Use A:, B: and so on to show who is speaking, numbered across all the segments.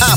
A: A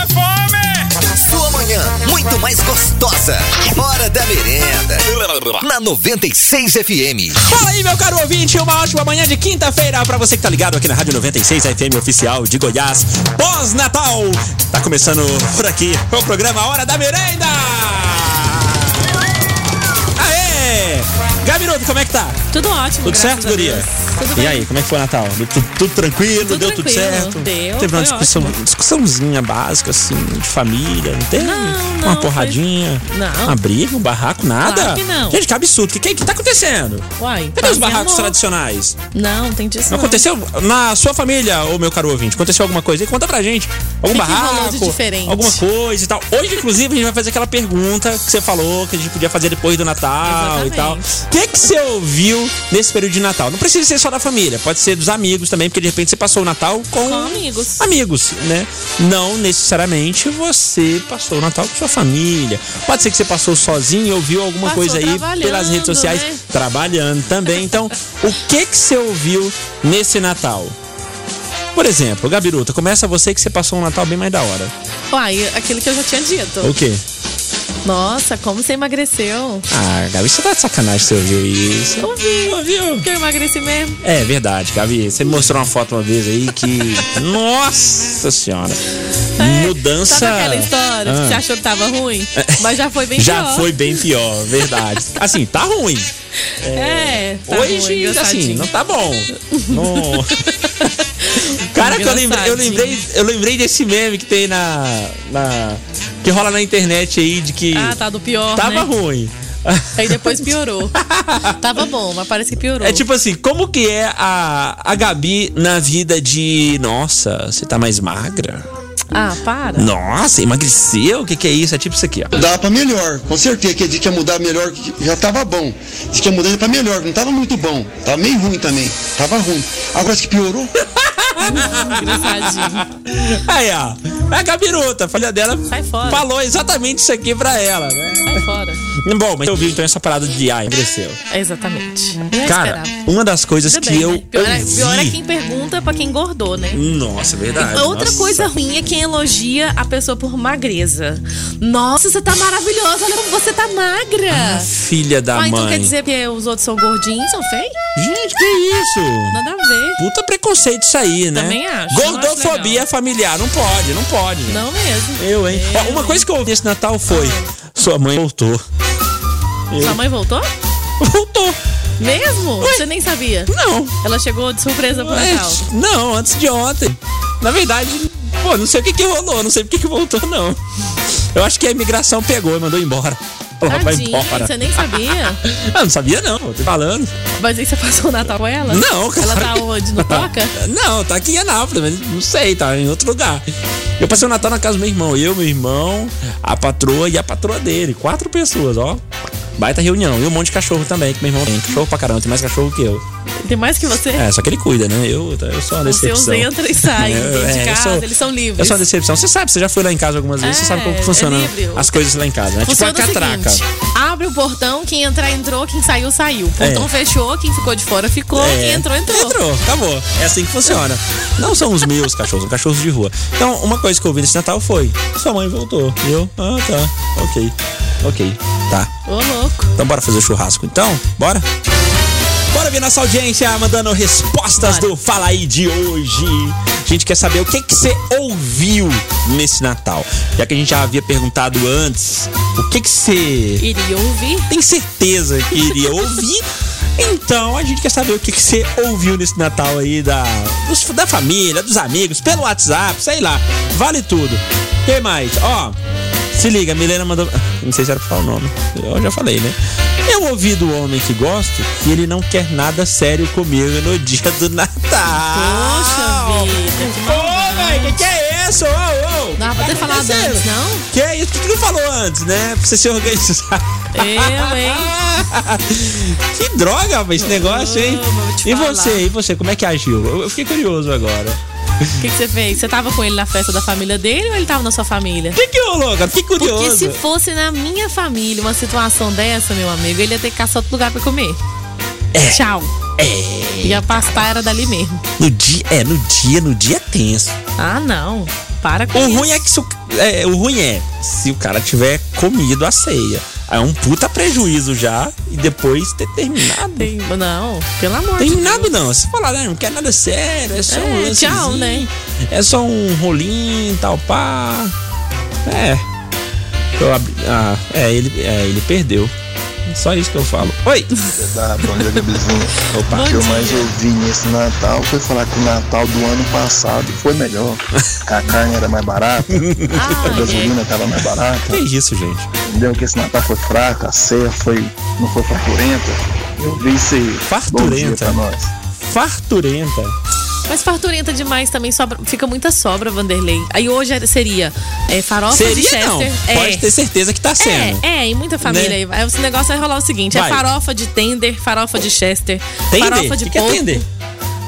B: a fome!
A: Sua manhã, muito mais gostosa. Hora da merenda. Na 96 FM.
C: Fala aí, meu caro ouvinte, uma ótima manhã de quinta-feira pra você que tá ligado aqui na Rádio 96 FM oficial de Goiás, pós-Natal. Tá começando por aqui o programa Hora da Merenda. Aê! Gabiroto, como é que tá?
D: Tudo ótimo.
C: Tudo
D: graças
C: certo,
D: a
C: guria?
D: Deus. Tudo
C: E
D: bem.
C: aí, como é que foi o Natal? Deu Tudo, tudo tranquilo?
D: Tudo
C: deu tudo
D: tranquilo,
C: certo?
D: deu,
C: Teve uma
D: foi
C: discussão, discussãozinha básica, assim, de família, não teve?
D: Não,
C: uma
D: não,
C: porradinha?
D: foi- não.
C: Uma briga, um barraco, nada?
D: Claro que não.
C: Gente, que absurdo. O que, que, que tá acontecendo?
D: Uai,
C: Cadê os
D: fazem
C: barracos
D: amor.
C: tradicionais?
D: Não, tem disso.
C: Não aconteceu na sua família, ô meu caro ouvinte? Aconteceu alguma coisa? E conta pra gente. Algum
D: que rolou de
C: barraco?
D: diferente?
C: Alguma coisa e tal. Hoje, inclusive, a gente vai fazer aquela pergunta que você falou que a gente podia fazer depois do Natal e tal.
D: Exatamente.
C: O que, que você ouviu nesse período de Natal? Não precisa ser só da família, pode ser dos amigos também, porque de repente você passou o Natal com,
D: Com amigos.
C: Amigos, né? Não necessariamente você passou o Natal com sua família. Pode ser que você passou sozinho e ouviu alguma
D: Passou
C: coisa aí pelas redes
D: trabalhando,
C: sociais
D: né?
C: trabalhando também. Então, o que que você ouviu nesse Natal? Por exemplo, Gabiruta, começa você que você passou um Natal bem mais da hora.
D: não. Uai, aquilo que eu já tinha dito.
C: O quê?
D: Nossa, como você emagreceu.
C: Ah, Gabi, você tá de sacanagem que você ouviu isso.
D: Ouvi.
C: Ouviu?
D: Que eu emagreci mesmo.
C: É verdade, Gabi. Você me mostrou uma foto uma vez aí que. Nossa senhora!
D: É,
C: Mudança. Ah. É.
D: Sabe aquela história de que você achou que tava ruim? Mas já foi bem
C: Já
D: pior.
C: foi bem pior, verdade. Assim, tá ruim.
D: É, tá ruim,
C: Hoje, assim,
D: engraçadinho.
C: não tá bom. Não. Cara, que eu lembrei, eu, lembrei, eu lembrei desse meme que tem na, na. que rola na internet aí de que
D: Ah, tá do pior,
C: tava
D: né?
C: ruim.
D: Aí depois piorou. tava bom, mas parece que piorou.
C: É tipo assim, como que é a, a Gabi na vida de. Nossa, você tá mais magra?
D: Ah, para.
C: Nossa, emagreceu? O que, que é isso? É tipo isso aqui, ó.
E: Dá pra melhor, com certeza. Que diz que ia mudar melhor, que já tava bom. Diz que ia mudar pra melhor, não tava muito bom. Tava meio ruim também. Tava ruim. Agora diz que piorou.
D: Engraçadinho.
C: Aí, ó. É a Gabiruta, a filha dela.
D: Sai fora.
C: Falou exatamente isso aqui pra ela, né?
D: Sai fora.
C: Bom, mas eu vi então essa parada de ah, emagreceu.
D: Exatamente. Não
C: Cara,
D: esperava.
C: uma das coisas
D: Tudo
C: que
D: bem,
C: eu.
D: né? pior, é,
C: ouvi...
D: pior é quem pergunta pra quem engordou, né?
C: Nossa, é verdade.
D: Outra
C: nossa.
D: coisa ruim é quem elogia a pessoa por magreza. Nossa, você tá maravilhosa, olha como você tá magra.
C: Filha da
D: ah,
C: tá, mãe.
D: então quer dizer que os outros são gordinhos, são feios?
C: Gente, que isso?
D: Nada a ver.
C: Puta preconceito isso aí, né?
D: Também acho, não acho
C: Gordofobia
D: legal.
C: familiar. Não pode, não pode.
D: Não mesmo. É.
C: Eu, hein? Ó, uma coisa que eu ouvi esse Natal foi: sua mãe voltou.
D: Sua mãe voltou?
C: Voltou.
D: Mesmo? Você nem sabia.
C: Não.
D: Ela chegou de surpresa pro Natal.
C: Mas, não, antes de ontem. Na verdade, pô, não sei o que que rolou, não sei por que que voltou, não. Eu acho que a imigração pegou e mandou embora. Falou, vai
D: Tadinha,
C: embora.
D: você nem sabia.
C: Ah, não sabia não, tô falando.
D: Mas aí você passou o Natal com ela?
C: Não, cara.
D: Ela tá onde? No Toca?
C: Não, tá aqui em Anápolis, mas não sei, tá em outro lugar. Eu passei o Natal na casa do meu irmão. Eu, meu irmão, a patroa e a patroa dele. Quatro pessoas, ó. Baita reunião. E um monte de cachorro também, que meu irmão tem cachorro pra caramba, tem mais cachorro que eu.
D: Tem mais que você?
C: É, só que ele cuida, né? Eu, eu sou uma
D: Os seus
C: decepção.
D: entram e saem
C: Eu- é,
D: de
C: eu
D: casa,
C: sou-
D: eles são livres.
C: Eu sou uma decepção. Você sabe, você já foi lá em casa algumas vezes,
D: É,
C: você sabe como
D: é
C: funciona
D: livre.
C: as coisas lá em casa, né?
D: Funciona
C: tipo
D: o
C: uma catraca.
D: seguinte, abre o portão, quem entrar entrou, quem saiu saiu. O portão
C: É.
D: fechou, quem ficou de fora ficou,
C: É.
D: quem entrou entrou.
C: Entrou, acabou. É assim que funciona. Não são os meus cachorros, são cachorros de rua. Então, uma coisa que eu ouvi nesse Natal foi: sua mãe voltou. E eu, ah, tá. Ok. Ok. Tá.
D: Ô louco.
C: Então, bora fazer churrasco. Então, bora? Bora ver nossa audiência mandando respostas
D: Bora.
C: do Fala aí de hoje. A gente quer saber o que que você ouviu nesse Natal. Já que a gente já havia perguntado antes, o que que você
D: Iria ouvir.
C: tem certeza que iria ouvir. Então a gente quer saber o que, que você ouviu nesse Natal aí da, dos- da família, dos amigos, pelo WhatsApp, sei lá. Vale tudo. O que mais? Ó, se liga, a Milena mandou. ah, Não sei se era pra falar o nome. Eu já falei, né? Eu ouvi do homem que gosto que ele não quer nada sério comigo no dia do Natal. Ah,
D: Poxa vida, que
C: Ô, velho, que que é isso? Ô, ô.
D: Não dava pra ter falado
C: Aconteceu?
D: antes, não?
C: Que é isso? Por que tu não falou antes, né? Pra você se organizar.
D: Eu, hein?
C: que droga, rapaz, esse negócio, hein?
D: vou te
C: E
D: falar.
C: você, e você, como é que agiu? Eu eu fiquei curioso agora.
D: O que, que você fez? Você tava com ele na festa da família dele ou ele tava na sua família?
C: que que rolou, cara? Que curioso.
D: Porque se fosse na minha família uma situação dessa, meu amigo, ele ia ter que caçar outro lugar pra comer.
C: É.
D: Tchau.
C: É,
D: E a pastar era dali mesmo.
C: no dia, é, no dia, no dia é tenso.
D: Ah, não. Para com
C: O
D: isso.
C: ruim é que se o, é, o ruim é se o cara tiver comido a ceia. É um puta prejuízo já e depois ter terminado.
D: Tem- Não, pelo amor de Deus.
C: Terminado não. Se falar, né, não quer nada sério, é só um
D: É, tchau,
C: lancezinho,
D: né?
C: É só um rolinho, tal pá. É. Eu abri- ah, é, ele, é, ele perdeu. Só isso que eu falo. Oi!
F: Tá, bom dia, Gabizinho.
D: Bom
F: O que eu
D: dia.
F: mais ouvi nesse Natal foi falar que o Natal do ano passado foi melhor. Que a carne era mais barata, a
D: Ah,
F: gasolina tava mais barata,
C: Que isso, gente?
F: entendeu? Que esse Natal foi fraco, a ceia foi, não foi farturenta. Eu vi isso aí. Bom dia
C: Farturenta.
F: pra nós.
C: Farturenta.
D: é. Mas farturenta demais também, sobra, fica muita sobra, Vanderlei. Aí hoje era- seria é, farofa de
C: Seria
D: Chester.
C: não.
D: É.
C: Pode ter certeza que tá sendo.
D: É, é, em muita família.
C: Né?
D: aí. Aí esse negócio vai rolar o seguinte:
C: Vai.
D: é farofa de tender, farofa de chester,
C: Tender?
D: farofa de
C: Que que é
D: porco.
C: tender?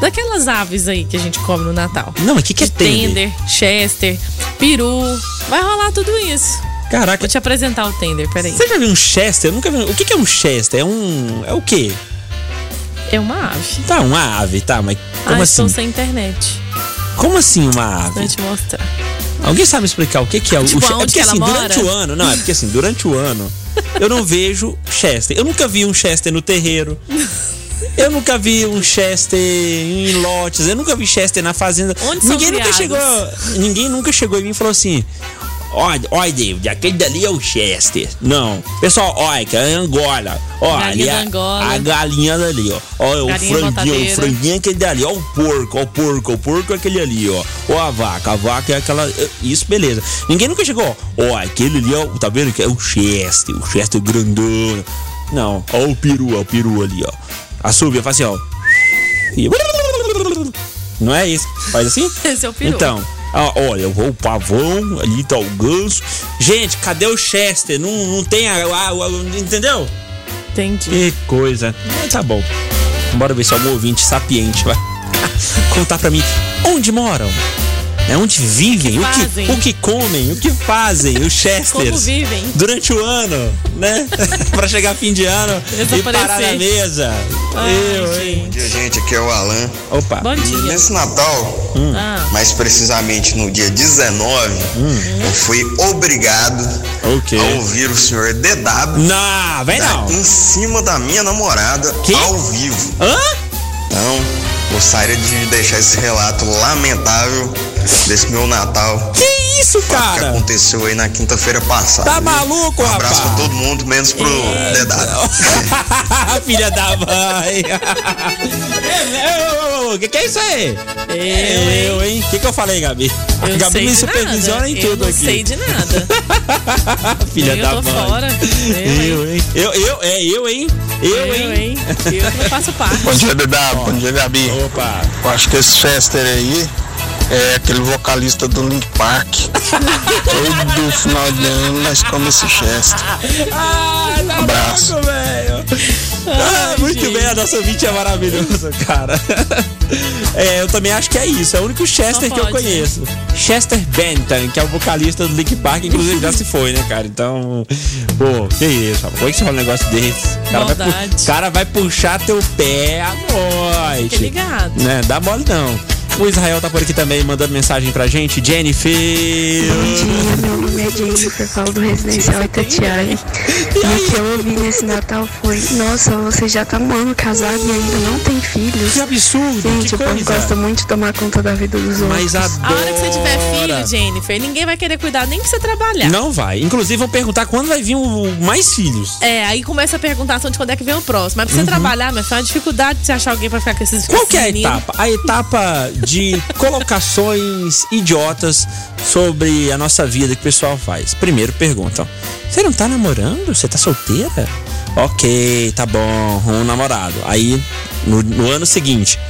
D: Daquelas aves aí que a gente come no Natal.
C: Não, mas o que, que é
D: De
C: tender?
D: tender, chester, peru. Vai rolar tudo isso.
C: Caraca,
D: Vou te apresentar o tender, peraí.
C: você já viu um Chester? Eu nunca vi. um- O que, que é um Chester? É um. É o quê?
D: É uma ave.
C: Tá, uma ave, tá, mas como
D: ah,
C: assim?
D: estou sem internet.
C: Como assim uma ave?
D: Vou te mostrar.
C: Alguém sabe me explicar o que, que é o
D: Tipo,
C: o che-
D: aonde
C: É porque
D: que ela
C: assim,
D: mora?
C: durante o ano. Não, é porque assim, durante o ano, eu não vejo Chester. Eu nunca vi um Chester no terreiro. Eu nunca vi um Chester em lotes, eu nunca vi Chester na fazenda.
D: Onde são
C: ninguém nunca
D: criados?
C: chegou. Ninguém nunca chegou em mim e falou assim. Olha, olha, David, aquele dali é o Chester. Não. Pessoal, olha, que é Angola. Ó,
D: Galinha
C: ali
D: é da
C: a,
D: Angola.
C: a galinha dali, ó. Ó, o
D: Galinha
C: franguinho, o
D: botadeira.
C: franguinho é aquele dali, ó. O porco, ó, o porco, ó, o porco é aquele ali, ó. Ó, a vaca, a vaca é aquela. Isso, beleza. Ninguém nunca chegou, ó. Ó, aquele ali, ó. Tá vendo que é o Chester, o Chester grandão. Não, ó, o peru, ó, o peru ali, ó. A súbia faz assim, ó. E- Não é isso? Faz assim?
D: Esse é o peru.
C: Então, ah, olha, eu vou o pavão, ali tá o ganso. Gente, cadê o Chester? Não, não tem a, a- a- Entendeu?
D: Entendi.
C: Que coisa. Ah, Tá bom. Bora ver se algum ouvinte sapiente vai contar pra mim onde moram. Né? Onde vivem, o que,
D: fazem?
C: o que comem, o que fazem, os Chesters.
D: Como vivem?
C: Durante o ano, né? pra chegar fim de ano e parar na
D: Desaparecer.
C: mesa.
D: Ai,
C: eu, hein?
D: gente.
G: dia, gente. Aqui é o Alan.
C: Opa.
D: Bom
G: E
D: dia.
G: nesse Natal,
C: hum.
D: Ah,
G: mais precisamente no dia 19,
E: Hum.
G: eu fui obrigado
C: O quê?
G: a ouvir o senhor DW
C: Não, vem não.
G: em cima da minha namorada
C: Que?
G: ao vivo.
C: Hã?
G: Então, gostaria de deixar esse relato lamentável desse meu Natal.
C: Que isso,
G: fato que
C: cara?
G: aconteceu aí na quinta-feira passada.
C: Tá
G: viu?
C: maluco,
G: Um abraço
C: rapaz?
G: pra todo mundo, menos pro DW.
C: Filha da mãe. O que, que é isso aí?
D: eu, hein?
C: hein? O que, que eu falei, Gabi?
D: Eu
C: a Gabi
D: sei
C: me
D: de
C: supervisiona
D: nada.
C: em tudo
D: eu
C: aqui.
D: Não sei de nada.
C: Filha
D: eu
C: da
D: tô
C: mãe.
D: fora. Eu, hein?
C: Eu, hein? Eu, eu, é eu, hein? Eu,
D: Eu,
C: hein?
D: hein? Eu que não faço parte.
F: Bom dia, DW. Bom dia, Gabi.
C: Opa.
F: Eu acho que esse Chester aí é aquele vocalista do Link Park. Todo final de ano nós comemos esse Chester.
C: Ah, tá
F: Abraço.
C: louco, velho. Ah,
D: Ai,
C: muito
D: gente.
C: bem, a nossa ouvinte é maravilhosa, cara. É, eu também acho que é isso. É o único Chester
D: Só
C: que eu
D: pode, né?
C: conheço. Chester Benton, que é o vocalista do Link Park, inclusive já se foi, né, cara? Então, pô, que isso, rapaz? Como é que você fala um negócio desse? O cara, vai pu-
D: Maldade.
C: o cara vai puxar teu pé à noite.
D: Fique ligado.
C: Né? Dá mole não. O Israel tá por aqui também mandando mensagem pra gente. Jennifer.
H: Bom dia, meu nome é Jennifer, falo do Residencial Itatiaia. E o que eu ouvi nesse Natal foi: Nossa, você já tá um ano casado e ainda não tem filhos.
C: Que absurdo,
H: Gente,
C: que
H: o povo gosta
C: coisa.
H: muito de tomar conta da vida dos outros.
C: Mas adora.
D: A hora que você tiver filho, Jennifer, ninguém vai querer cuidar nem pra você trabalhar.
C: Não vai. Inclusive, vão perguntar quando vai vir o- mais filhos.
D: É, aí começa a perguntação de quando é que vem o próximo. Mas pra você trabalhar, mas é uma dificuldade de você achar alguém pra ficar com esses
C: Uhum. Qual que é a
D: meninos.
C: etapa? A etapa de colocações idiotas sobre a nossa vida que o pessoal faz. Primeiro perguntam: Você não tá namorando? Você tá solteira? Ok, tá bom, um namorado. Aí, no, no ano seguinte,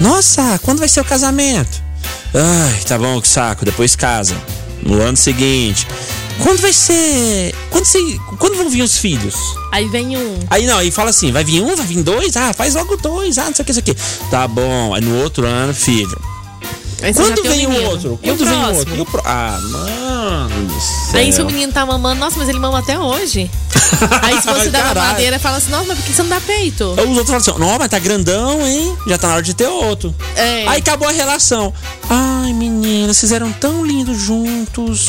C: nossa, quando vai ser o casamento? Ai, tá bom, que saco, depois casa. No ano seguinte. Quando vai ser. Quando, você, quando vão vir os filhos?
D: Aí vem um.
C: Aí não, aí fala assim: vai vir um, vai vir dois, ah, faz logo dois, ah, não sei o que, não sei o que. Tá bom, aí no outro ano, filho.
D: Aí você já
C: Quando
D: tem um
C: vem o
D: menino.
C: outro?
D: E o
C: Quando vem o outro?
D: próximo?
C: E o pro- Ah, mano. do céu.
D: Aí se o menino tá mamando, nossa, mas ele mama até hoje. Aí se você dá
C: Caralho.
D: mamadeira, fala assim, nossa, mas por que você não dá peito?
C: Os outros falam assim, não, mas tá grandão, hein? Já tá na hora de ter outro.
D: É.
C: Aí acabou a relação. Ai, meninas, vocês eram tão lindos juntos.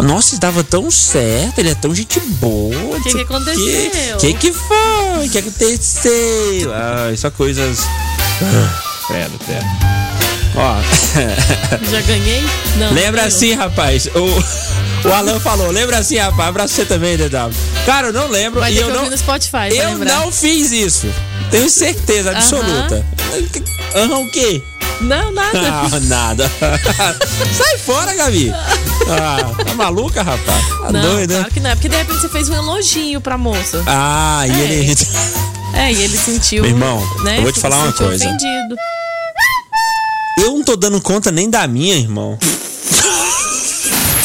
C: Nossa, isso dava tão certo, ele é tão gente boa. não
D: Que
C: sei
D: que
C: o quê.
D: aconteceu?
C: Que que foi? O que aconteceu? Ai, só coisas... Ah, Credo, credo. Ó,
D: Já ganhei? Não.
C: Lembra
D: não ganhou.
C: assim, rapaz. O, o Alan falou, lembra assim, rapaz. Abraço você também, DW. Cara, eu não lembro.
D: Vai
C: e
D: ter
C: eu
D: é que
C: não,
D: ouvir no Spotify pra
C: eu
D: lembrar.
C: não fiz isso. Tenho certeza absoluta. Aham, o quê?
D: Não, nada.
C: Ah, nada. Sai fora, Gabi. Ah, tá maluca, rapaz? Tá
D: não,
C: doida?
D: claro que não. É porque de repente você fez um elogio pra moça.
C: Ah, e
D: É.
C: ele.
D: É, e ele sentiu.
C: Meu Ah. irmão,
D: né?
C: eu vou te falar uma
D: sentiu
C: coisa.
D: Ofendido.
C: Eu não tô dando conta nem da minha, irmão.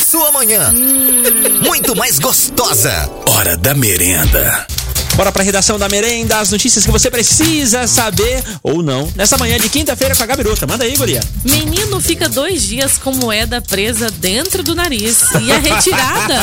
A: Sua manhã. Muito mais gostosa.
I: Hora da merenda.
C: Bora pra redação da merenda, as notícias que você precisa saber ou não. Nessa manhã de quinta-feira com a Gabiruta. Manda aí, Guria.
D: Menino fica dois dias com moeda presa dentro do nariz. E a retirada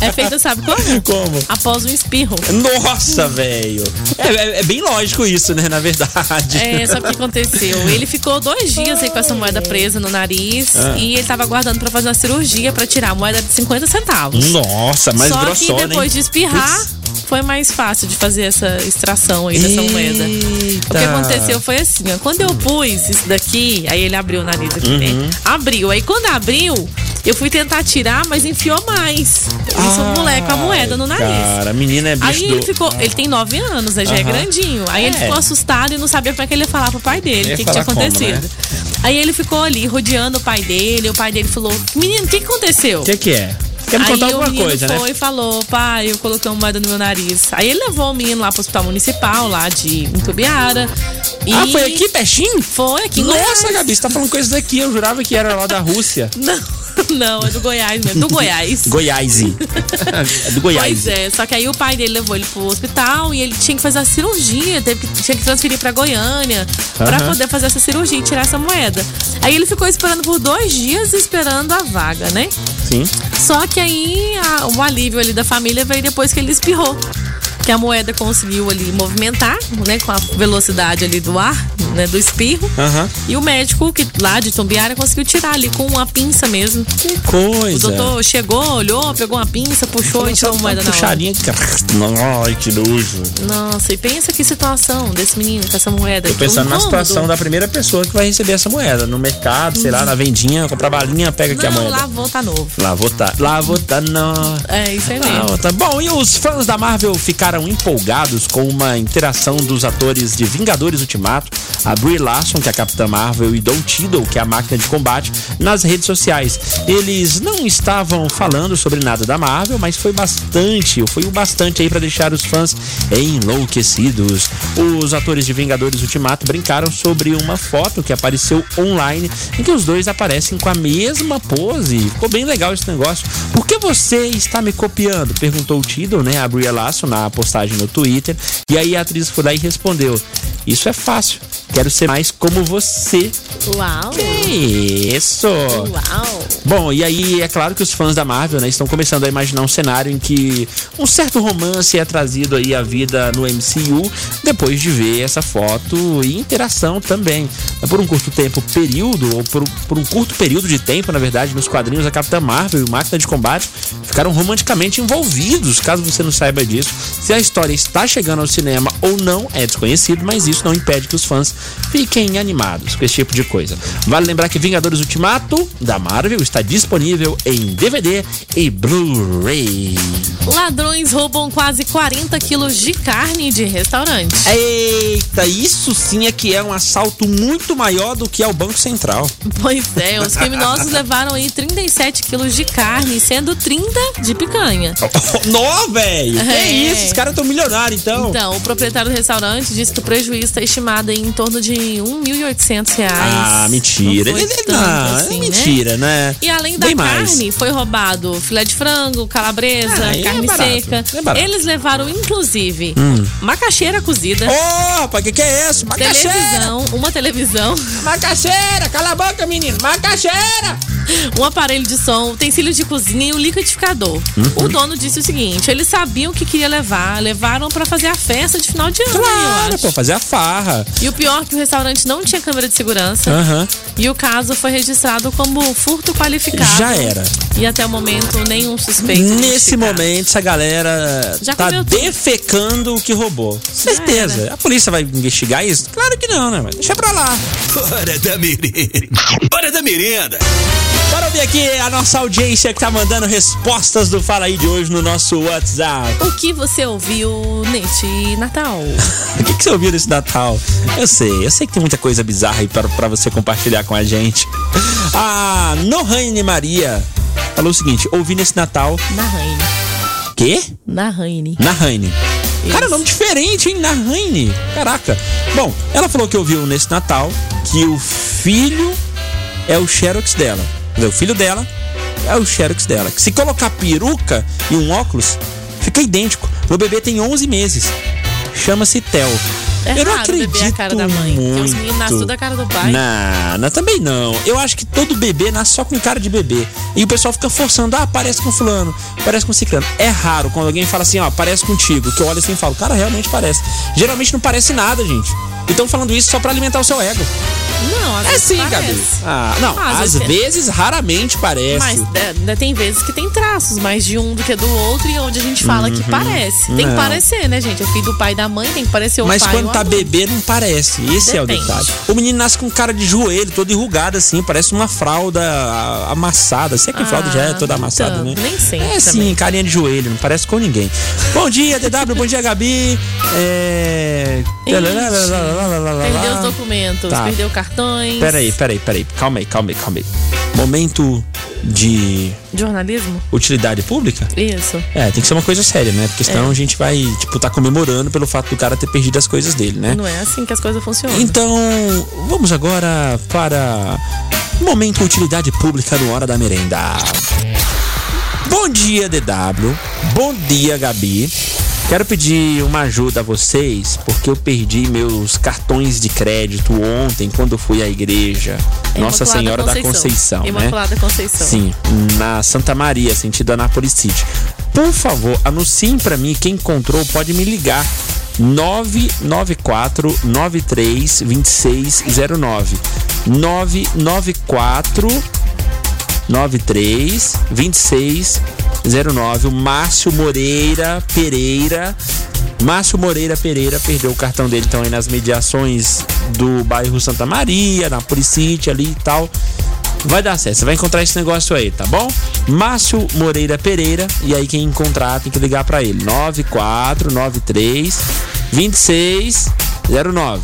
D: é feita, sabe como?
C: Como?
D: Após um espirro.
C: Nossa, velho. É, é- é bem lógico isso, né? Na verdade.
D: É, sabe o que aconteceu? Ele ficou dois dias aí com essa moeda presa no nariz
C: Ah.
D: e ele tava aguardando pra fazer uma cirurgia pra tirar a moeda de 50 centavos.
C: Nossa, mas
D: Só
C: grossona,
D: que depois
C: hein?
D: de espirrar,
C: Putz.
D: foi mais fácil de fazer essa extração aí dessa moeda. O que
C: Eita.
D: aconteceu foi assim, ó. Quando eu pus isso daqui, aí ele abriu o nariz aqui,
C: Uhum.
D: né? Abriu. Aí quando abriu, eu fui tentar tirar, mas enfiou mais. Isso, o Um moleque, a moeda no nariz.
C: Cara, a menina é bicho
D: Aí ele
C: Ah, do-
D: ficou, ele tem nove anos, né? Já é
C: Aham.
D: grandinho. Aí ele
C: É.
D: ficou assustado e não sabia como é que ele ia falar pro pai dele,
C: Ia
D: o que, que
C: falar
D: tinha
C: como, né?
D: acontecido. Aí ele ficou ali rodeando o pai dele, o pai dele falou: Menino, o que que aconteceu?
C: O que, que é? Quer me
D: Aí
C: contar
D: o
C: alguma
D: menino
C: coisa,
D: foi
C: né?
D: e falou, pai, eu coloquei uma moeda no meu nariz. Aí ele levou o menino lá pro hospital municipal, lá de Itumbiara. E
C: Ah, foi aqui pertinho?
D: Foi aqui em
C: Nossa,
D: Goiás.
C: Gabi, você tá falando coisas daqui. Eu jurava que era lá da Rússia.
D: Não, não, é do Goiás mesmo, do Goiás.
C: Goiás. é do Goiás.
D: Pois é, só que aí o pai dele levou ele pro hospital e ele tinha que fazer a cirurgia, teve que, tinha que transferir pra Goiânia pra
C: Aham.
D: poder fazer essa cirurgia e tirar essa moeda. Aí ele ficou esperando por dois dias esperando a vaga, né?
C: Sim.
D: Só que aí a- o alívio ali da família veio depois que ele espirrou. Que a moeda conseguiu ali movimentar, né? Com a velocidade ali do ar, né? Do espirro.
C: Aham.
D: E o médico que lá de Tombiara conseguiu tirar ali com uma pinça mesmo. O
C: Coisa.
D: doutor chegou, olhou, pegou uma pinça, puxou e tirou a moeda na hora.
C: Puxadinha. Cara. Ai, que nojo.
D: Nossa, e pensa que situação desse menino com essa moeda.
C: Tô
D: Que
C: pensando na
D: incômodo.
C: situação da primeira pessoa que vai receber essa moeda. No mercado, sei lá, na vendinha, comprar balinha, pega aqui é a
D: Não,
C: moeda.
D: lá volta novo.
C: Lá vou tá. Lá vou tá, não.
D: É, isso aí mesmo.
C: Ah, tá bom, e os fãs da Marvel ficaram empolgados com uma interação dos atores de Vingadores Ultimato, a Brie Larson, que é a Capitã Marvel, e Don Cheadle, que é a máquina de combate, nas redes sociais. Eles não estavam falando sobre nada da Marvel, mas foi bastante, foi o bastante aí para deixar os fãs enlouquecidos. Os atores de Vingadores Ultimato brincaram sobre uma foto que apareceu online em que os dois aparecem com a mesma pose. Ficou bem legal esse negócio. Por que você está me copiando? Perguntou o Tidal, né? A Bria Lasso na postagem no Twitter. E aí a atriz foi lá e respondeu: Isso é fácil. Quero ser mais como você.
D: Uau.
C: Isso!
D: Uau.
C: Bom, e aí é claro que os fãs da Marvel né, estão começando a imaginar um cenário em que um certo romance é trazido aí à vida no MCU depois de ver essa foto e interação também. Por um curto tempo período, ou por, por um curto período de tempo, na verdade, nos quadrinhos, a Capitã Marvel e o Máquina de Combate ficaram romanticamente envolvidos, caso você não saiba disso. Se a história está chegando ao cinema ou não é desconhecido, mas isso não impede que os fãs fiquem animados com esse tipo de coisa. Vale lembrar que Vingadores Ultimato da Marvel está disponível em DVD e Blu-ray.
D: Ladrões roubam quase 40 quilos de carne de restaurante.
C: É. Eita, isso sim é que é um assalto muito maior do que ao Banco Central.
D: Pois é, os criminosos levaram aí 37 quilos de carne, sendo 30 de picanha.
C: Então. Nó, velho! Que
D: É.
C: isso? Os caras estão milionários, então.
D: Então, o proprietário do restaurante disse que o prejuízo está estimado em torno torno de R$ 1.800. reais.
C: Ah, mentira.
D: Não foi
C: Ele- ele-
D: tanto
C: não,
D: assim,
C: é
D: né?
C: mentira, né?
D: E além da
C: Bem mais.
D: carne, foi roubado filé de frango, calabresa,
C: Ah, e é
D: carne
C: barato,
D: seca.
C: é barato. Hum.
D: Eles levaram, inclusive, macaxeira cozida,
C: Ô, rapaz, o que, que é isso? Macaxeira!
D: televisão, uma televisão,
C: Macaxeira! Cala a boca, menino! Macaxeira!
D: um aparelho de som, utensílios de cozinha e um liquidificador.
C: Uhum.
D: O dono disse o seguinte: eles sabiam o que queria levar, levaram pra fazer a festa de final de ano, eu
C: Claro,
D: acho.
C: pô, fazer a farra.
D: E o pior é que o restaurante não tinha câmera de segurança.
C: Aham.
D: E o caso foi registrado como um furto qualificado.
C: Já era.
D: E até o momento, nenhum suspeito.
C: Nesse
D: identificado.
C: momento, essa galera
D: Já
C: tá
D: comeu tudo.
C: defecando o que roubou. Certeza. A polícia vai investigar isso? Claro que não, né? Mas deixa pra lá.
I: Hora da merenda. Hora da merenda.
C: Bora ouvir aqui a nossa audiência que tá mandando respostas do Fala Aí de hoje no nosso WhatsApp.
D: O que você ouviu neste Natal?
C: O que, que você ouviu nesse Natal? Eu sei, eu sei que tem muita coisa bizarra aí pra, pra você compartilhar com a gente. A Nohane Maria falou o seguinte: ouvi nesse Natal.
D: Na Raine.
C: Quê?
D: Na Raine.
C: Nahane. Cara,
D: Isso.
C: nome diferente, hein? Nahane. Caraca. Bom, ela falou que ouviu nesse Natal que o filho é o Xerox dela. Quer dizer, O filho dela é o Xerox dela. Que se colocar peruca e um óculos, fica idêntico. Meu bebê tem 11 meses. Chama-se Theo.
D: É
C: Eu não
D: raro beber
C: acredito
D: a cara da mãe, porque os meninos nascem
C: muito. Né?
D: tudo a cara do pai.
C: Não, não, também não. Eu acho que todo bebê nasce só com cara de bebê. E o pessoal fica forçando, ah, parece com fulano, parece com ciclano. É raro quando alguém fala assim, ó, parece contigo, que eu olho assim e falo, cara, realmente parece. Geralmente não parece nada, gente. E estão falando isso só pra alimentar o seu ego.
D: Não, às
C: É
D: vezes
C: sim,
D: parece.
C: Gabi. Ah, não,
D: Ah,
C: às,
D: às
C: vezes,
D: vezes-
C: raramente parece.
D: Mas é, ainda tem vezes que tem traços, mais de um do que do outro, e onde a gente fala
C: Uhum.
D: que parece. Tem
C: Não.
D: que parecer, né, gente? É filho do pai e da mãe, tem que parecer o
C: Mas
D: pai.
C: quando
D: ou a
C: tá
D: mãe.
C: bebê, não parece. Esse é o
D: Depende.
C: detalhe. O menino nasce com cara de joelho, todo enrugado, assim. Parece uma fralda ah, amassada. Se é que
D: Ah,
C: fralda já é toda
D: nem
C: amassada,
D: tanto,
C: né?
D: nem sempre
C: É sim,
D: também.
C: carinha de joelho, não parece com ninguém. Bom dia, DW, bom dia, Gabi. É.
D: Ixi, Perdeu os documentos,
C: Tá.
D: perdeu cartões.
C: Peraí, peraí, peraí. Calma aí, calma aí, calma aí. Momento de
D: Jornalismo?
C: utilidade pública?
D: Isso.
C: É, tem que ser uma coisa séria, né? Porque senão
D: É.
C: a gente vai, tipo, tá comemorando pelo fato do cara ter perdido as coisas dele, né?
D: Não é assim que as coisas funcionam.
C: Então, vamos agora para o momento utilidade pública no Hora da Merenda. Bom dia, DW. Bom dia, Gabi. Quero pedir uma ajuda a vocês, porque eu perdi meus cartões de crédito ontem quando eu fui à igreja Nossa
D: É Imaculada
C: Senhora da Conceição, né?
D: Imaculada Conceição.
C: Sim, na Santa Maria, sentido Anápolis City. Por favor, anunciem pra mim quem encontrou, pode me ligar. 994 93 2609 994 93 2609 O Márcio Moreira Pereira. Márcio Moreira Pereira perdeu o cartão dele, então aí nas mediações do bairro Santa Maria, na Policite ali e tal. Vai dar certo, você vai encontrar esse negócio aí, tá bom? Márcio Moreira Pereira, e aí quem encontrar tem que ligar pra ele: 9493 2609.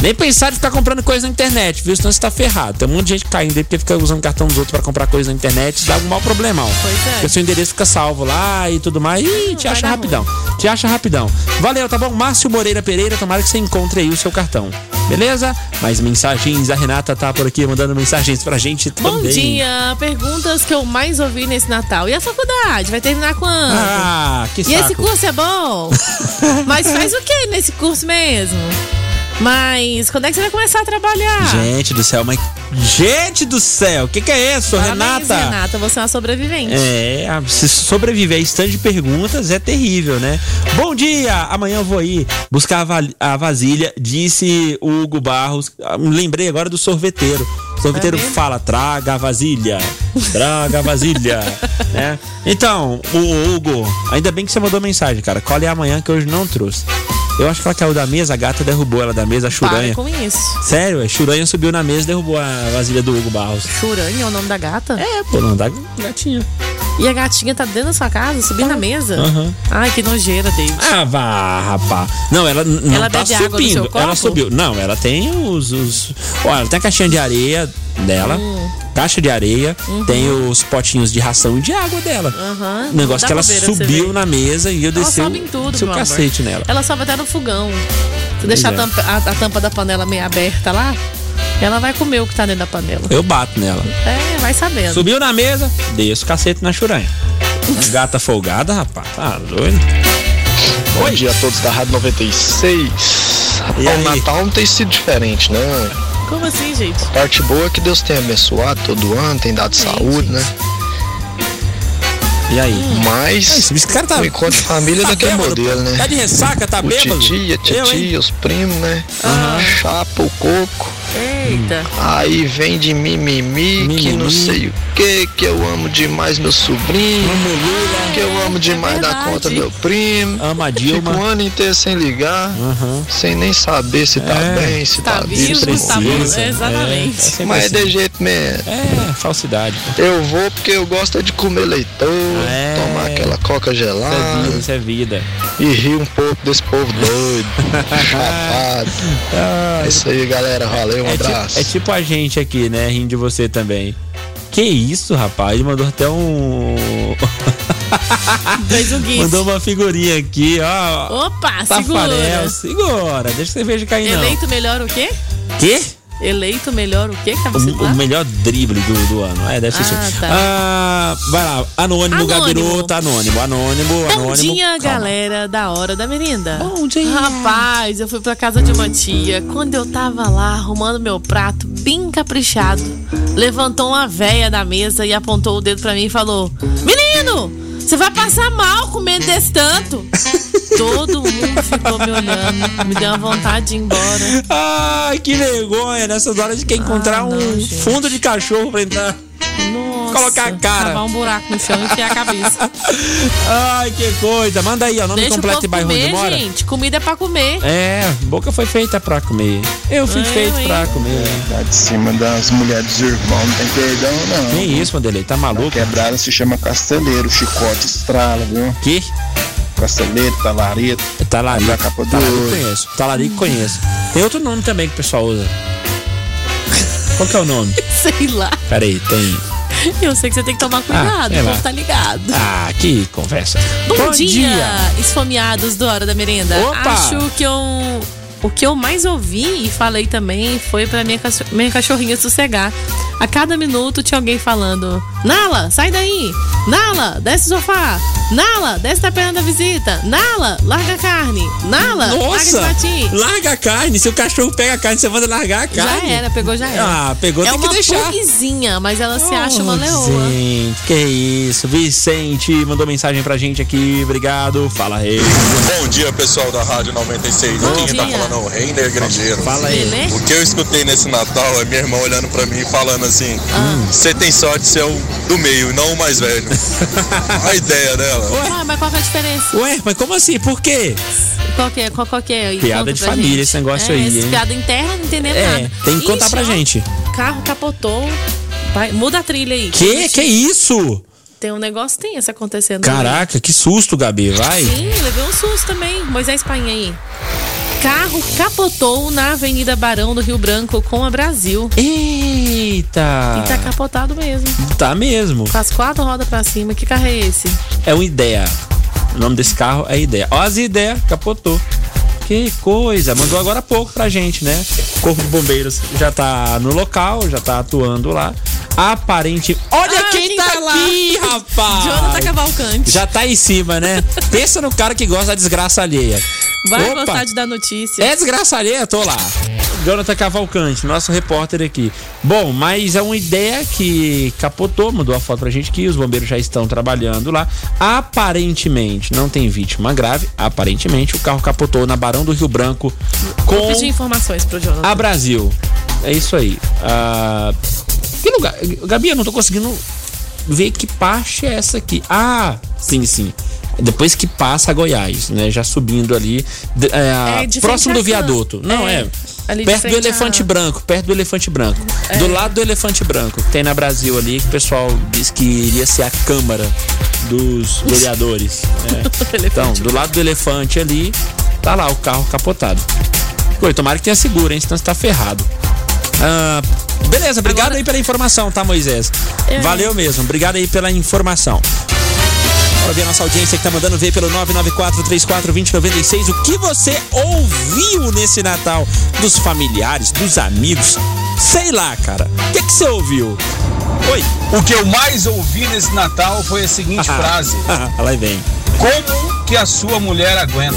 C: Nem pensar em ficar comprando coisa na internet, viu? Senão você tá ferrado. Tem um monte de gente caindo aí porque fica usando o cartão dos outros pra comprar coisa na internet, dá algum mau problemão.
D: Pois é.
C: Porque seu endereço fica salvo lá e tudo mais. Ih, te
D: vai
C: acha
D: dar
C: rapidão. Te acha rapidão. Valeu, tá bom? Márcio Moreira Pereira, tomara que você encontre aí o seu cartão. Beleza? Mais mensagens. A Renata tá por aqui mandando mensagens pra gente
D: Bom
C: também.
D: dia. Perguntas que eu mais ouvi nesse Natal. E a faculdade? Vai terminar quando?
C: Ah, que
D: e
C: saco.
D: esse curso é bom? Mas faz o que nesse curso mesmo? Mas quando é que você vai começar a trabalhar?
C: Gente do céu, mas... Gente do céu, o que que é isso,
D: Parabéns,
C: Renata?
D: Renata, você é uma sobrevivente.
C: É, a- se sobreviver a esse tanto de perguntas é terrível, né? Bom dia! Amanhã eu vou aí buscar a, va- a vasilha, disse o Hugo Barros. Ah, Lembrei agora do sorveteiro. O sorveteiro
D: É mesmo?
C: fala, traga a vasilha, traga a vasilha, né? Então, o Hugo, ainda bem que você mandou mensagem, cara. Qual é amanhã que hoje não trouxe? Eu acho que ela caiu da mesa, a gata derrubou ela da mesa, a
D: Para
C: churanha.
D: com isso.
C: Sério, a churanha subiu na mesa e derrubou a vasilha do Hugo Barros.
D: Churanha é o nome da gata?
C: É, pô, não dá gatinha.
D: E a gatinha tá dentro da sua casa, subindo na mesa?
C: Aham.
D: Ai, que nojeira, David.
C: Ah, vá, rapá. Não, ela n- não
D: Ela
C: tá
D: bebe água no
C: subindo.
D: seu copo?
C: Ela subiu. Não, ela tem os. os... Olha, ela tem a caixinha de areia dela.
D: Hum.
C: Caixa de areia, tem os potinhos de ração e de água dela.
D: Uhum. Aham.
C: O negócio
D: Dá
C: que ela
D: bobeira pra você
C: subiu
D: ver.
C: na mesa e eu
D: Ela
C: desci
D: sobe em tudo,
C: seu
D: meu
C: cacete
D: amor.
C: nela.
D: Ela sobe até no fogão. Se deixar
C: é.
D: a tampa, a- a tampa da panela meio aberta lá, ela vai comer o que tá dentro da panela.
C: Eu bato nela.
D: É, vai sabendo.
C: Subiu na mesa, desço o cacete na churanha. Gata folgada, rapaz. Tá doido?
F: Bom dia a todos da Rádio 96.
C: E
F: Bom,
C: aí?
F: Natal não tem sido diferente, né?
D: Como assim, gente?
F: Parte boa é que Deus tem abençoado todo ano, tem dado
D: Amém,
F: saúde, né?
C: E aí? É
F: Mas
C: isso, esse cara tá.
F: o encontro de família é
C: tá
F: daquele
C: bêbado,
F: modelo,
C: pô. Tá
F: né?
C: de ressaca, tá
F: O
C: bêbado?
F: titia, a
C: Eu, hein?
F: titia, os primos, né? Chapa, o coco.
D: Eita.
F: Aí vem de mimimi, que
C: Mimimi.
F: não sei o que, que eu amo demais meu sobrinho, que eu amo demais da
D: verdade.
F: conta meu primo.
C: Ama a
F: Fico um
C: É Ah, Dilma.
F: ano inteiro sem ligar,
C: Aham.
F: sem nem saber se tá
C: É.
F: bem, se tá,
D: Tá vivo,
F: se
D: tá
F: morreu.
D: bom. Exatamente.
C: É, sempre
F: Mas é
C: assim.
F: de jeito mesmo.
C: É, falsidade. pô.
F: Eu vou porque eu gosto é de comer leitão,
C: É.
F: tomar aquela coca
C: Isso é vida,
F: gelada
C: isso é vida.
F: e rir um pouco desse povo doido, chapado. É isso aí, galera. Valeu, um
C: É, ti-
F: abraço.
C: é tipo a gente aqui, né? Rindo de você também. Que isso, rapaz? Ele mandou até um.
D: Fez um gif.
C: Hum. mandou uma figurinha aqui, ó.
D: Opa,
C: Tafarel,
D: segura.
C: segura. Deixa que você veja cair, não.
D: Eleito melhor o quê?
C: Quê?
D: Eleito melhor o quê? Que tava
C: O, o
D: lá?
C: melhor drible do, do ano. É, deve ser
D: Ah,
C: isso.
D: tá.
C: Ah, vai lá. Anônimo,
D: Anônimo.
C: Gabiroto. Anônimo, anônimo, anônimo.
D: Bom dia,
C: um Calma.
D: galera da Hora da Merenda.
C: Bom dia.
D: Rapaz, eu fui pra casa de uma tia. Quando eu tava lá arrumando meu prato, bem caprichado, levantou uma véia da mesa e apontou o dedo pra mim e falou: Menino, você vai passar mal comendo desse tanto. Todo mundo ficou me olhando, me deu uma vontade de ir embora.
C: Ai, que vergonha. Nessas horas de quer encontrar
D: Ah, não,
C: um
D: gente.
C: fundo de cachorro pra entrar.
D: Nossa,
C: Colocar a cara.
D: Cavar um buraco no chão e enfiar a cabeça.
C: Ai, que coisa. Manda aí, ó. Nome
D: Deixa o
C: completo
D: povo
C: e bairro onde
D: comer,
C: mora.
D: gente. Comida é pra comer.
C: É, boca foi feita pra comer. Eu fui
D: Eu,
C: feito
D: hein?
C: pra comer.
J: Tá de cima das mulheres dos irmãos, não tem perdão não.
C: Nem isso, Mandelei. Tá maluco?
J: Quebrada se chama casteleiro, chicote estrala, viu?
C: Que? Tá
J: Casteleiro, talareto.
C: Talarico.
J: Da capa do
C: Talarico
J: olho.
C: conheço. Tá Talarico conheço. Tem outro nome também que o pessoal usa. Qual que é o nome?
D: Sei lá.
C: Pera aí, tem.
D: Eu sei que você tem que tomar
C: Ah,
D: cuidado,
C: sei
D: o
C: lá.
D: povo tá ligado.
C: Ah, que conversa.
D: Bom, dia, esfomeados do Hora da Merenda.
C: Opa!
D: Acho que eu. O que eu mais ouvi e falei também foi pra minha, cacho- minha cachorrinha sossegar. A cada minuto tinha alguém falando: Nala, sai daí! Nala, desce do sofá! Nala, desce da perna da visita! Nala, larga a carne! Nala, larga de
C: Nossa!
D: latim!
C: Larga a carne. Se o cachorro pega a carne, você manda largar a
D: Já
C: carne.
D: era, pegou, já era.
C: Ah, pegou,
D: é
C: tem que
D: uma
C: deixar.
D: pugzinha, mas ela se acha uma
C: Oh,
D: leoa.
C: Gente, que isso. Vicente mandou mensagem pra gente aqui. Obrigado. Fala aí.
K: Bom dia, pessoal da Rádio 96.
D: Bom
K: Aqui quem tá
D: dia.
K: falando é o Reiner Grangeiro.
C: Fala aí.
D: Beleza?
K: O que eu escutei nesse Natal é minha irmã olhando pra mim e falando assim:
D: Ah.
K: Você tem sorte de ser o do meio, não o mais velho. a ideia dela.
D: Ah, mas qual que é a diferença?
C: Ué, mas como assim? Por quê?
D: Qual que é? Qual, qual que é? aí?
C: Piada
D: Conta
C: de
D: pra
C: família
D: gente.
C: esse negócio
D: é,
C: aí,
D: esse
C: hein?
D: Piada interna, não entendendo
C: É,
D: nada.
C: tem que contar
D: Ixi,
C: pra
D: ó,
C: gente.
D: Carro capotou. Vai, muda a trilha aí.
C: Que? Que isso?
D: Tem um negócio, tem esse acontecendo.
C: Caraca, que susto, Gabi. Vai.
D: Sim, levei um susto também. Moisés Painha aí. Carro capotou na Avenida Barão do Rio Branco com a Brasil.
C: Eita.
D: E tá capotado mesmo.
C: Tá mesmo.
D: Com as quatro rodas pra cima. Que carro é esse?
C: É uma ideia. O nome desse carro é ideia. Ó, as ideias, capotou. Que coisa, mandou agora há pouco pra gente, né? O Corpo de Bombeiros já tá no local, já tá atuando lá. Aparente. Olha
D: Ah,
C: quem,
D: quem
C: tá,
D: tá lá?
C: aqui, rapaz!
D: Jonathan Cavalcante.
C: Já tá em cima, né? Pensa no cara que gosta da desgraça alheia.
D: Vai
C: Opa!
D: gostar de dar notícia.
C: É desgraça alheia, tô lá. Jonathan Cavalcante, nosso repórter aqui. Bom, mas é uma ideia que capotou, mandou a foto pra gente que os bombeiros já estão trabalhando lá. Aparentemente, não tem vítima grave. Aparentemente, o carro capotou na Barão do Rio Branco
D: Vou pedir
C: com
D: informações pro Jonathan.
C: a Brasil. É isso aí. Ah, que lugar? Gabi, eu não tô conseguindo ver que parte é essa aqui. Ah, sim, sim. Depois que passa a Goiás, né? Já subindo ali. d- é,
D: de frente
C: próximo
D: à
C: do
D: Câmara.
C: viaduto. Não, é.
D: É. Ali de
C: perto do
D: frente É. à-
C: elefante branco, perto do elefante branco. Do lado do elefante branco, que tem na Brasil ali, que o pessoal diz que iria ser a Câmara dos Vereadores. né? Então, do lado do elefante ali, tá lá o carro capotado. Pô, e tomara que tenha seguro, hein? Senão você tá ferrado. Ah, beleza, obrigado aí pela informação, tá, Moisés?
D: É.
C: Valeu mesmo, obrigado aí pela informação. Bora ver a nossa audiência que tá mandando ver pelo 994-34-2096 o que você ouviu nesse Natal dos familiares, dos amigos. Sei lá, cara. O que, que você ouviu? Oi.
L: O que eu mais ouvi nesse Natal foi a seguinte frase:
C: Lá vem.
L: Como que a sua mulher aguenta?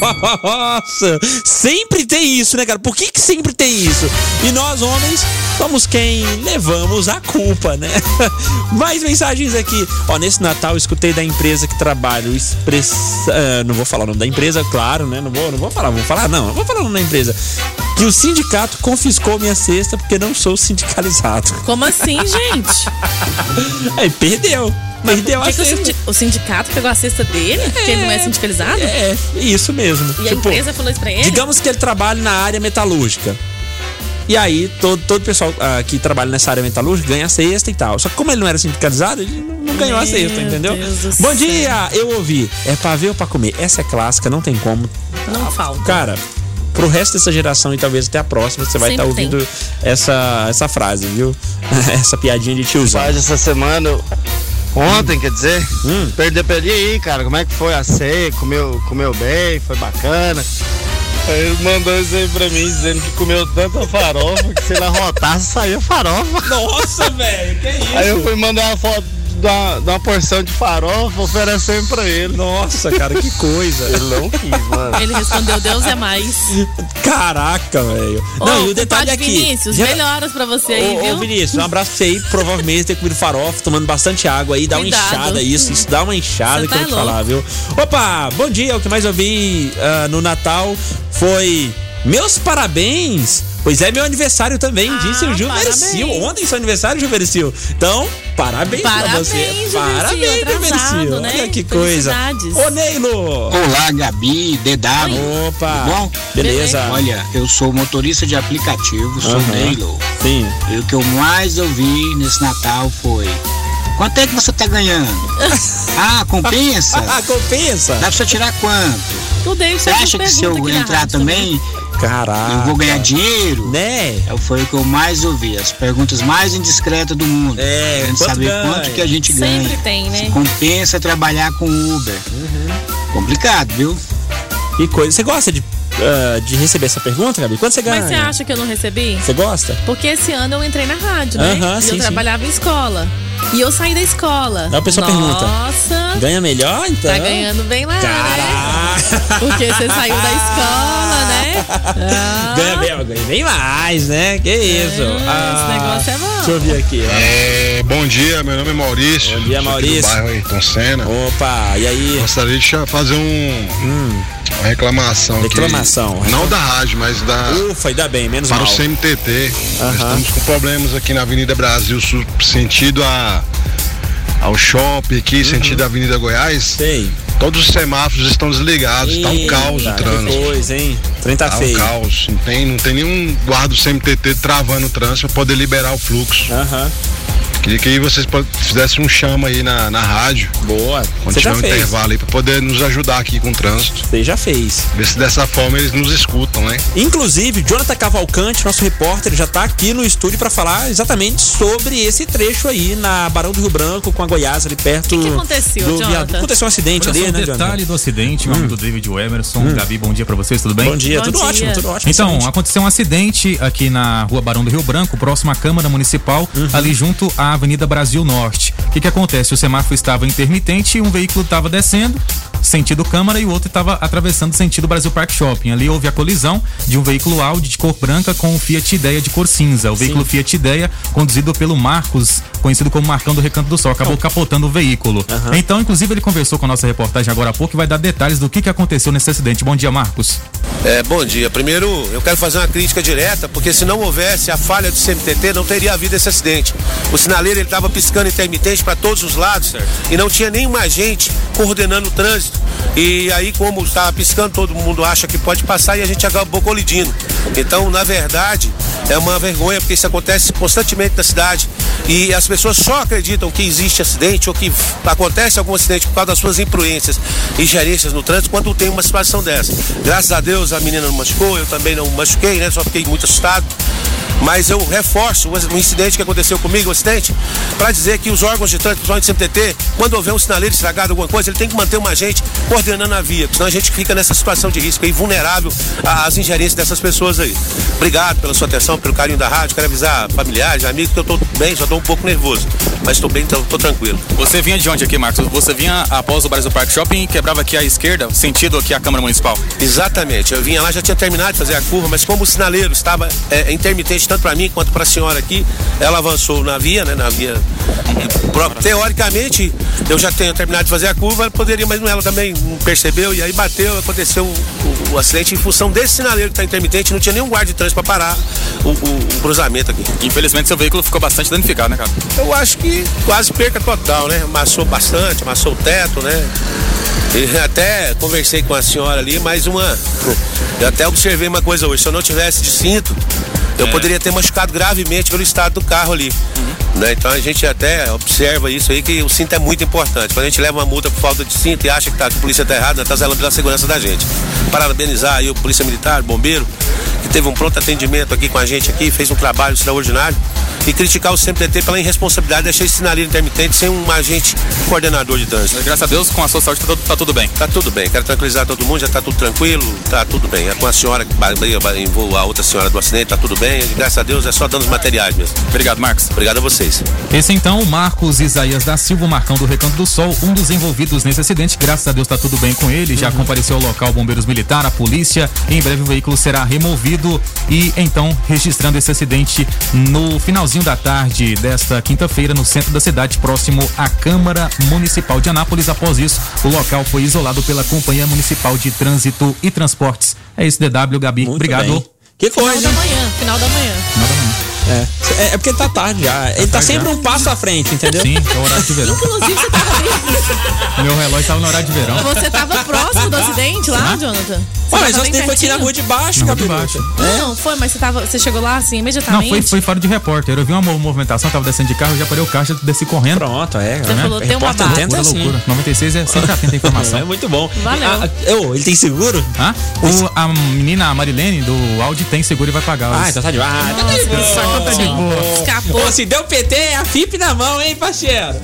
C: Nossa, sempre tem isso, né, cara? Por que, que sempre tem isso? E nós, homens, somos quem levamos a culpa, né? Mais mensagens aqui. Ó, nesse Natal eu escutei da empresa que trabalho. Express... ah, não vou falar o nome da empresa, claro, né? Não vou, não vou falar, vou falar, não. Não vou falar o nome da empresa. Que o sindicato confiscou minha cesta porque não sou sindicalizado.
D: Como assim, gente?
C: Aí perdeu. Perdeu a
D: Porque o,
C: cesta.
D: sindi- o sindicato pegou a cesta dele, porque ele não é sindicalizado?
C: É, isso mesmo. Tipo,
D: E a empresa falou isso pra ele?
C: Digamos que ele trabalha na área metalúrgica. E aí, todo, todo pessoal ah, que trabalha nessa área metalúrgica ganha a cesta e tal. Só que como ele não era sindicalizado, ele não, não ganhou a
M: Meu
C: cesta, entendeu?
M: Deus do
C: Bom dia! Eu ouvi. É pra ver ou pra comer? Essa é clássica, não tem como.
D: Não falta.
C: Cara, pro resto dessa geração e talvez até a próxima, você vai estar
N: Sempre tem.
C: ouvindo essa, essa frase, viu? essa piadinha de tiozão.
N: Faz essa semana, ontem, quer dizer,
F: Hum.
N: perdeu pra ele "E aí, cara. Como é que foi a ceia? Comeu, comeu bem? Foi bacana? Aí ele mandou isso aí pra mim, dizendo que comeu tanta farofa que se ele arrotasse, saiu farofa.
C: Nossa, velho, que isso?
N: Aí eu fui mandar uma foto da, da porção de farofa, oferecendo pra ele.
C: Nossa, cara, que coisa.
N: Ele não quis, mano.
D: Ele respondeu, Deus é mais.
C: Caraca, velho.
D: Ô,
C: Não, e o
D: compadre
C: detalhe aqui.
D: Vinícius,
C: gera-
D: melhoras pra você aí,
C: Ô,
D: viu?
C: ô, Vinícius, um abraço pra você aí. Provavelmente ter comido farofa, tomando bastante água aí, dá
D: Cuidado.
C: uma inchada isso. Isso dá uma inchada
D: Você
C: que eu
D: tá
C: vou te falar, viu? Opa, bom dia. é O que mais eu vi ah, no Natal foi. Meus parabéns! Pois é, meu aniversário também,
D: Ah,
C: disse o Gilbercil. Ontem seu aniversário, Gilbercil. Então, parabéns, pra
D: Parabéns,
C: você.
D: Gilbercil,
C: parabéns,
D: atrasado,
C: Gilbercil.
D: né?
C: Olha que coisa.
D: Felicidades.
C: Ô, Neilo!
O: Olá, Gabi, DW.
C: Opa!
O: Tudo bom?
C: Beleza.
O: Olha, eu sou motorista de aplicativo, sou
C: Aham.
O: Neilo.
C: Sim.
O: E o que eu mais ouvi nesse Natal foi. Quanto é que você tá ganhando? ah, compensa?
C: Ah, compensa?
O: Dá pra você tirar quanto?
D: Eu dei
O: Você acha que se eu entrar também,
C: Caraca.
D: né?
O: eu
D: Ah,
O: vou
D: tá.
O: ganhar dinheiro? É,
C: Né?
O: Foi o que eu mais ouvi, as perguntas mais indiscretas do mundo.
C: É,
O: querendo
C: quanto
O: saber
C: ganha?
O: quanto que a gente ganha.
D: Sempre tem, né? Uhum.
O: Compensa trabalhar com Uber. Complicado, viu?
C: Que coisa. Você gosta de, ah, de receber essa pergunta, Gabi? Quanto você ganha?
D: Mas você acha que eu não recebi?
C: Você gosta?
D: Porque esse ano eu entrei na rádio, né?
C: Aham,
D: e
C: sim,
D: eu
C: sim.
D: trabalhava em escola. E eu saí da escola.
C: Aí a pessoa pergunta,
D: Nossa,
C: Ganha melhor, então?
D: tá ganhando bem lá,
C: Caraca.
D: né? Porque você saiu da escola, né?
C: Ganha bem, ganha bem mais, né? Que isso? Ah,
D: esse negócio é bom.
C: Deixa eu ver aqui.
F: É, bom dia, meu nome é Maurício. Bom dia,
C: Maurício.
F: Do bairro Ayrton Senna.
C: Opa, e aí?
F: Gostaria de cha- fazer um, uma Hum. reclamação. Uh, aqui.
C: Reclamação.
F: Não da rádio, mas da.
C: Ufa, ainda bem, menos
F: Para
C: mal.
F: o CMTT. Nós estamos com problemas aqui na Avenida Brasil, su- sentido a, ao shopping aqui, sentido da Avenida Goiás.
C: Tem.
F: Todos os semáforos estão desligados, está um caos o
C: Eita, que
F: trânsito.
C: coisa, hein? Trem tá
F: Tá um
C: feio.
F: caos, não tem, não tem nenhum guarda do CMTT travando o trânsito para poder liberar o fluxo. Queria que aí vocês po- fizessem um chama aí na, na rádio.
C: Boa.
F: Quando
C: Você tá
F: tiver
C: já
F: um
C: fez.
F: intervalo aí para poder nos ajudar aqui com o trânsito.
C: Você já fez.
F: Ver se dessa forma eles nos escutam, né?
C: Inclusive, Jonathan Cavalcante, nosso repórter, já tá aqui no estúdio pra falar exatamente sobre esse trecho aí na Barão do Rio Branco com a Goiás ali perto. O que,
D: aconteceu,
C: do
D: Jonathan?
C: viaduto. Aconteceu um acidente
K: Olha só
C: ali, né,
K: um
C: Jonathan?
K: detalhe do acidente, meu nome do David Wemerson. Gabi, bom dia pra vocês, tudo bem?
C: Bom dia, Bom tudo dia. ótimo, tudo ótimo,
K: Então,
C: excelente.
K: aconteceu um acidente aqui na Rua Barão do Rio Branco, próximo à Câmara Municipal, ali junto à Avenida Brasil Norte. O que, que acontece? O semáforo estava intermitente e um veículo estava descendo. Sentido Câmara e o outro estava atravessando sentido Brasil Park Shopping. Ali houve a colisão de um veículo Audi de cor branca com um Fiat Ideia de cor cinza. O veículo Fiat Ideia, conduzido pelo Marcos, conhecido como Marcão do Recanto do Sol, acabou capotando o veículo. Então, inclusive, ele conversou com a nossa reportagem agora há pouco e vai dar detalhes do que, que aconteceu nesse acidente. Bom dia, Marcos.
G: É, bom dia. Primeiro, eu quero fazer uma crítica direta, porque se não houvesse a falha do CMTT, não teria havido esse acidente. O sinaleiro ele estava piscando intermitente para todos os lados e não tinha nenhuma agente coordenando o trânsito. E aí, como estava piscando, todo mundo acha que pode passar e a gente acabou colidindo.
O: Então, na verdade, é uma vergonha porque isso acontece constantemente na cidade e as pessoas só acreditam que existe acidente ou que acontece algum acidente por causa das suas influências e gerências no trânsito quando tem uma situação dessa. Graças a Deus a menina não machucou, eu também não machuquei, né? Só fiquei muito assustado. Mas eu reforço o um incidente que aconteceu comigo, o acidente, para dizer que os órgãos de trânsito, principalmente o CMTT, quando houver um sinaleiro estragado, alguma coisa, ele tem que manter uma gente coordenando a via, senão a gente fica nessa situação de risco aí, vulnerável às ingerências dessas pessoas aí. Obrigado pela sua atenção, pelo carinho da rádio. Quero avisar familiares, amigos, que eu tô bem, só tô um pouco nervoso, mas tô bem, tô, tô tranquilo.
P: Você vinha de onde aqui, Marcos? Você vinha após o Brasil Park Shopping e quebrava aqui à esquerda, sentido aqui à Câmara Municipal?
O: Exatamente. Eu vinha lá, já tinha terminado de fazer a curva, mas como o sinaleiro estava é, intermitente tanto para mim quanto para a senhora aqui, ela avançou na via, né? Na via. Teoricamente, eu já tenho terminado de fazer a curva, poderia, mas ela também não percebeu e aí bateu, aconteceu o, o, o acidente em função desse sinaleiro que está intermitente, não tinha nenhum guarda de trânsito para parar o, o, cruzamento aqui.
P: Infelizmente, seu veículo ficou bastante danificado, né, cara?
O: Eu acho que quase perca total, né? Amassou bastante, amassou o teto, né? E até conversei com a senhora ali, mas uma. Eu até observei uma coisa hoje. Se eu não tivesse de cinto, eu é. poderia ter machucado gravemente pelo estado do carro ali. Uhum. Né? Então a gente até observa isso aí, que o cinto é muito importante. Quando a gente leva uma multa por falta de cinto e acha que, tá, que a polícia está errada, está zelando pela segurança da gente. Parabenizar aí o Polícia Militar, o Bombeiro, que teve um pronto atendimento aqui com a gente aqui, fez um trabalho extraordinário. E criticar o CMTT pela irresponsabilidade de deixar esse sinaleiro intermitente sem um agente coordenador de trânsito.
P: Graças a Deus, com a sua saúde está tá tudo bem.
O: Está tudo bem. Quero tranquilizar todo mundo, já está tudo tranquilo, está tudo bem. É com a senhora que envolveu a outra senhora do acidente, tá está tudo bem graças a Deus é só danos materiais mesmo.
P: Obrigado, Marcos.
O: Obrigado a vocês.
P: Esse então, o Marcos Isaías da Silva, Marcão do Recanto do Sol, um dos envolvidos nesse acidente. Graças a Deus está tudo bem com ele. Já uhum. compareceu ao local bombeiros militar, a polícia. Em breve o veículo será removido e então registrando esse acidente no finalzinho da tarde desta quinta-feira no centro da cidade, próximo à Câmara Municipal de Anápolis. Após isso, o local foi isolado pela Companhia Municipal de Trânsito e Transportes. É isso, DW Gabi.
C: Muito
P: Obrigado.
C: Bem. Que coisa.
D: Final da manhã, final da manhã. Final da manhã.
C: É. é, é porque ele tá tarde já. Ele tá, tá sempre já. um passo à frente, entendeu?
P: Sim, é o horário de verão.
D: Inclusive, você tava bem.
P: Meu relógio tava no horário de verão.
D: Você tava próximo do acidente lá, ah. Jonathan?
C: Ué, mas o acidente foi aqui na rua de baixo,
P: na de baixo.
D: Não, não, foi, mas você, tava, você chegou lá assim imediatamente?
P: Não, foi, foi fora de repórter. Eu vi uma movimentação, tava descendo de carro, já parei o caixa, desci correndo.
C: Pronto, é.
D: Você né? falou, tem uma barra.
P: Loucura, assim. loucura. 96 é sempre atento à informação.
C: é muito bom.
D: Valeu.
C: Ah, oh, ele tem seguro?
P: Hã? Ah? O, a menina, a Marilene, do Audi, tem seguro e vai pagar.
C: Ah, então tá de barra. Ah, tá de boa.
D: Só tá de boa. Escapou.
C: Ô, se deu PT, é a FIP na mão, hein, parceiro?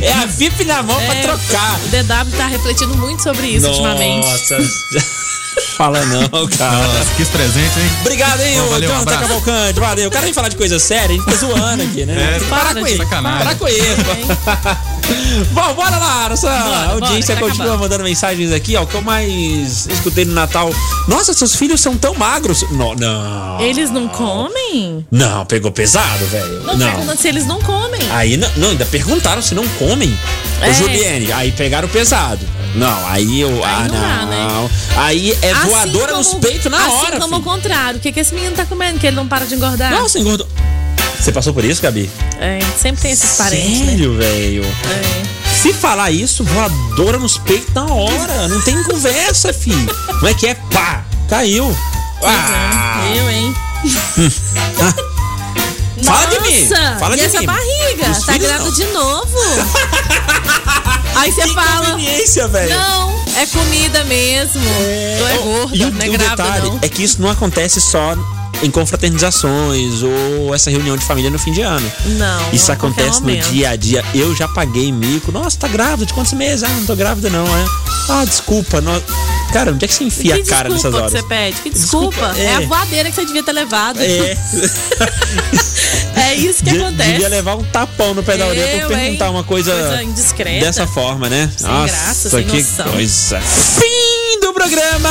C: É a VIP na mão é, pra trocar.
D: O DW tá refletindo muito sobre isso
C: Nossa.
D: ultimamente.
C: Fala não, cara. Nossa,
P: que presente, hein?
C: Obrigado, hein, Bom, valeu, Jonathan um Cavalcante. Valeu. O cara vem falar de coisa séria, a gente tá zoando aqui, né?
P: É, para, para com isso.
C: Para com isso. Bom, bora lá. Nossa bora, audiência bora, continua acabando. mandando mensagens aqui, ó. O que eu mais escutei no Natal. Nossa, seus filhos são tão magros. Não, não.
D: Eles não comem?
C: Não, pegou pesado, velho.
D: Não, não. perguntando se eles não comem.
C: Aí, não, não ainda perguntaram se não comem. É. Ô, Juliane, aí pegaram pesado. Não, aí eu.
D: Aí ah, não. Dá, né?
C: Aí é assim voadora como, nos peitos na
D: assim
C: hora.
D: Assim como o contrário. O que, que esse menino tá comendo? Que ele não para de engordar?
C: Nossa, engordou. Você passou por isso, Gabi?
D: É, sempre tem esses parentes.
C: Sério, né? velho? É. Se falar isso, voadora nos peitos na hora. Não tem conversa, filho. Não é que é pá.
D: Uhum.
C: Caiu.
D: Ah. É, eu, hein? ah.
C: Fala de mim! Fala
D: e
C: de
D: essa
C: mim.
D: barriga? Os tá grávida de novo? Aí você fala.
C: velho.
D: Não, é comida mesmo. É... Tô é gorda,
C: Oh, e o,
D: não é
C: o
D: grávida,
C: detalhe
D: não.
C: é que isso não acontece só em confraternizações ou essa reunião de família no fim de ano.
D: Não.
C: é,
D: é
C: Isso acontece no dia a dia. Eu já paguei mico. Nossa, tá grávida? De quantos meses? Ah, não tô grávida não, é. Ah, desculpa. Não... Cara, onde é que você enfia
D: que
C: a cara nessas horas?
D: Que você pede? Que desculpa. desculpa é. é. a voadeira que você devia ter levado.
C: É.
D: é isso que de, acontece.
C: Devia levar um tapão no pé da orelha por perguntar hein? uma coisa, coisa, indiscreta. dessa forma, né?
D: Sem Nossa, graça, sem
C: que
D: noção.
C: coisa. Fim do programa.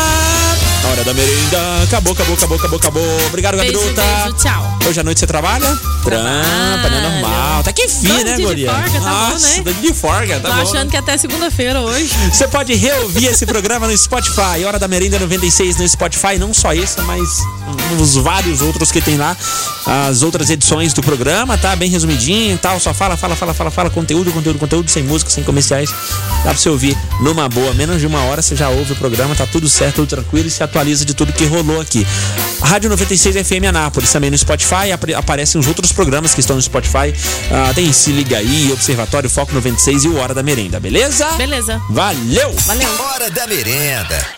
C: Hora da merenda. Acabou, acabou, acabou, acabou, acabou. Obrigado,
D: beijo,
C: Gabiruta.
D: Beijo, tchau.
C: Hoje à noite você trabalha? Trampa, né? Normal. Tá que fim,
D: Dois
C: né,
D: dia
C: Goria?
D: De forga, tá
C: Nossa,
D: bom, né?
C: de forga, tá
D: Tô
C: bom.
D: achando que é até segunda-feira hoje.
C: Você pode reouvir esse programa no Spotify. Hora da Merenda 96 no Spotify. Não só esse, mas os vários outros que tem lá. As outras edições do programa, tá? Bem resumidinho e tal. Só fala, fala, fala, fala, fala. Conteúdo, conteúdo, conteúdo. Sem música, sem comerciais. Dá pra você ouvir numa boa. Menos de uma hora você já ouve o programa. Tá tudo certo, tudo tranquilo. E se a atualiza de tudo que rolou aqui. Rádio 96 FM Anápolis, também no Spotify, ap aparecem os outros programas que estão no Spotify. Ah, tem Se Liga Aí, Observatório Foco 96 e o Hora da Merenda, beleza?
D: Beleza.
C: Valeu!
D: Valeu!
A: Hora da merenda.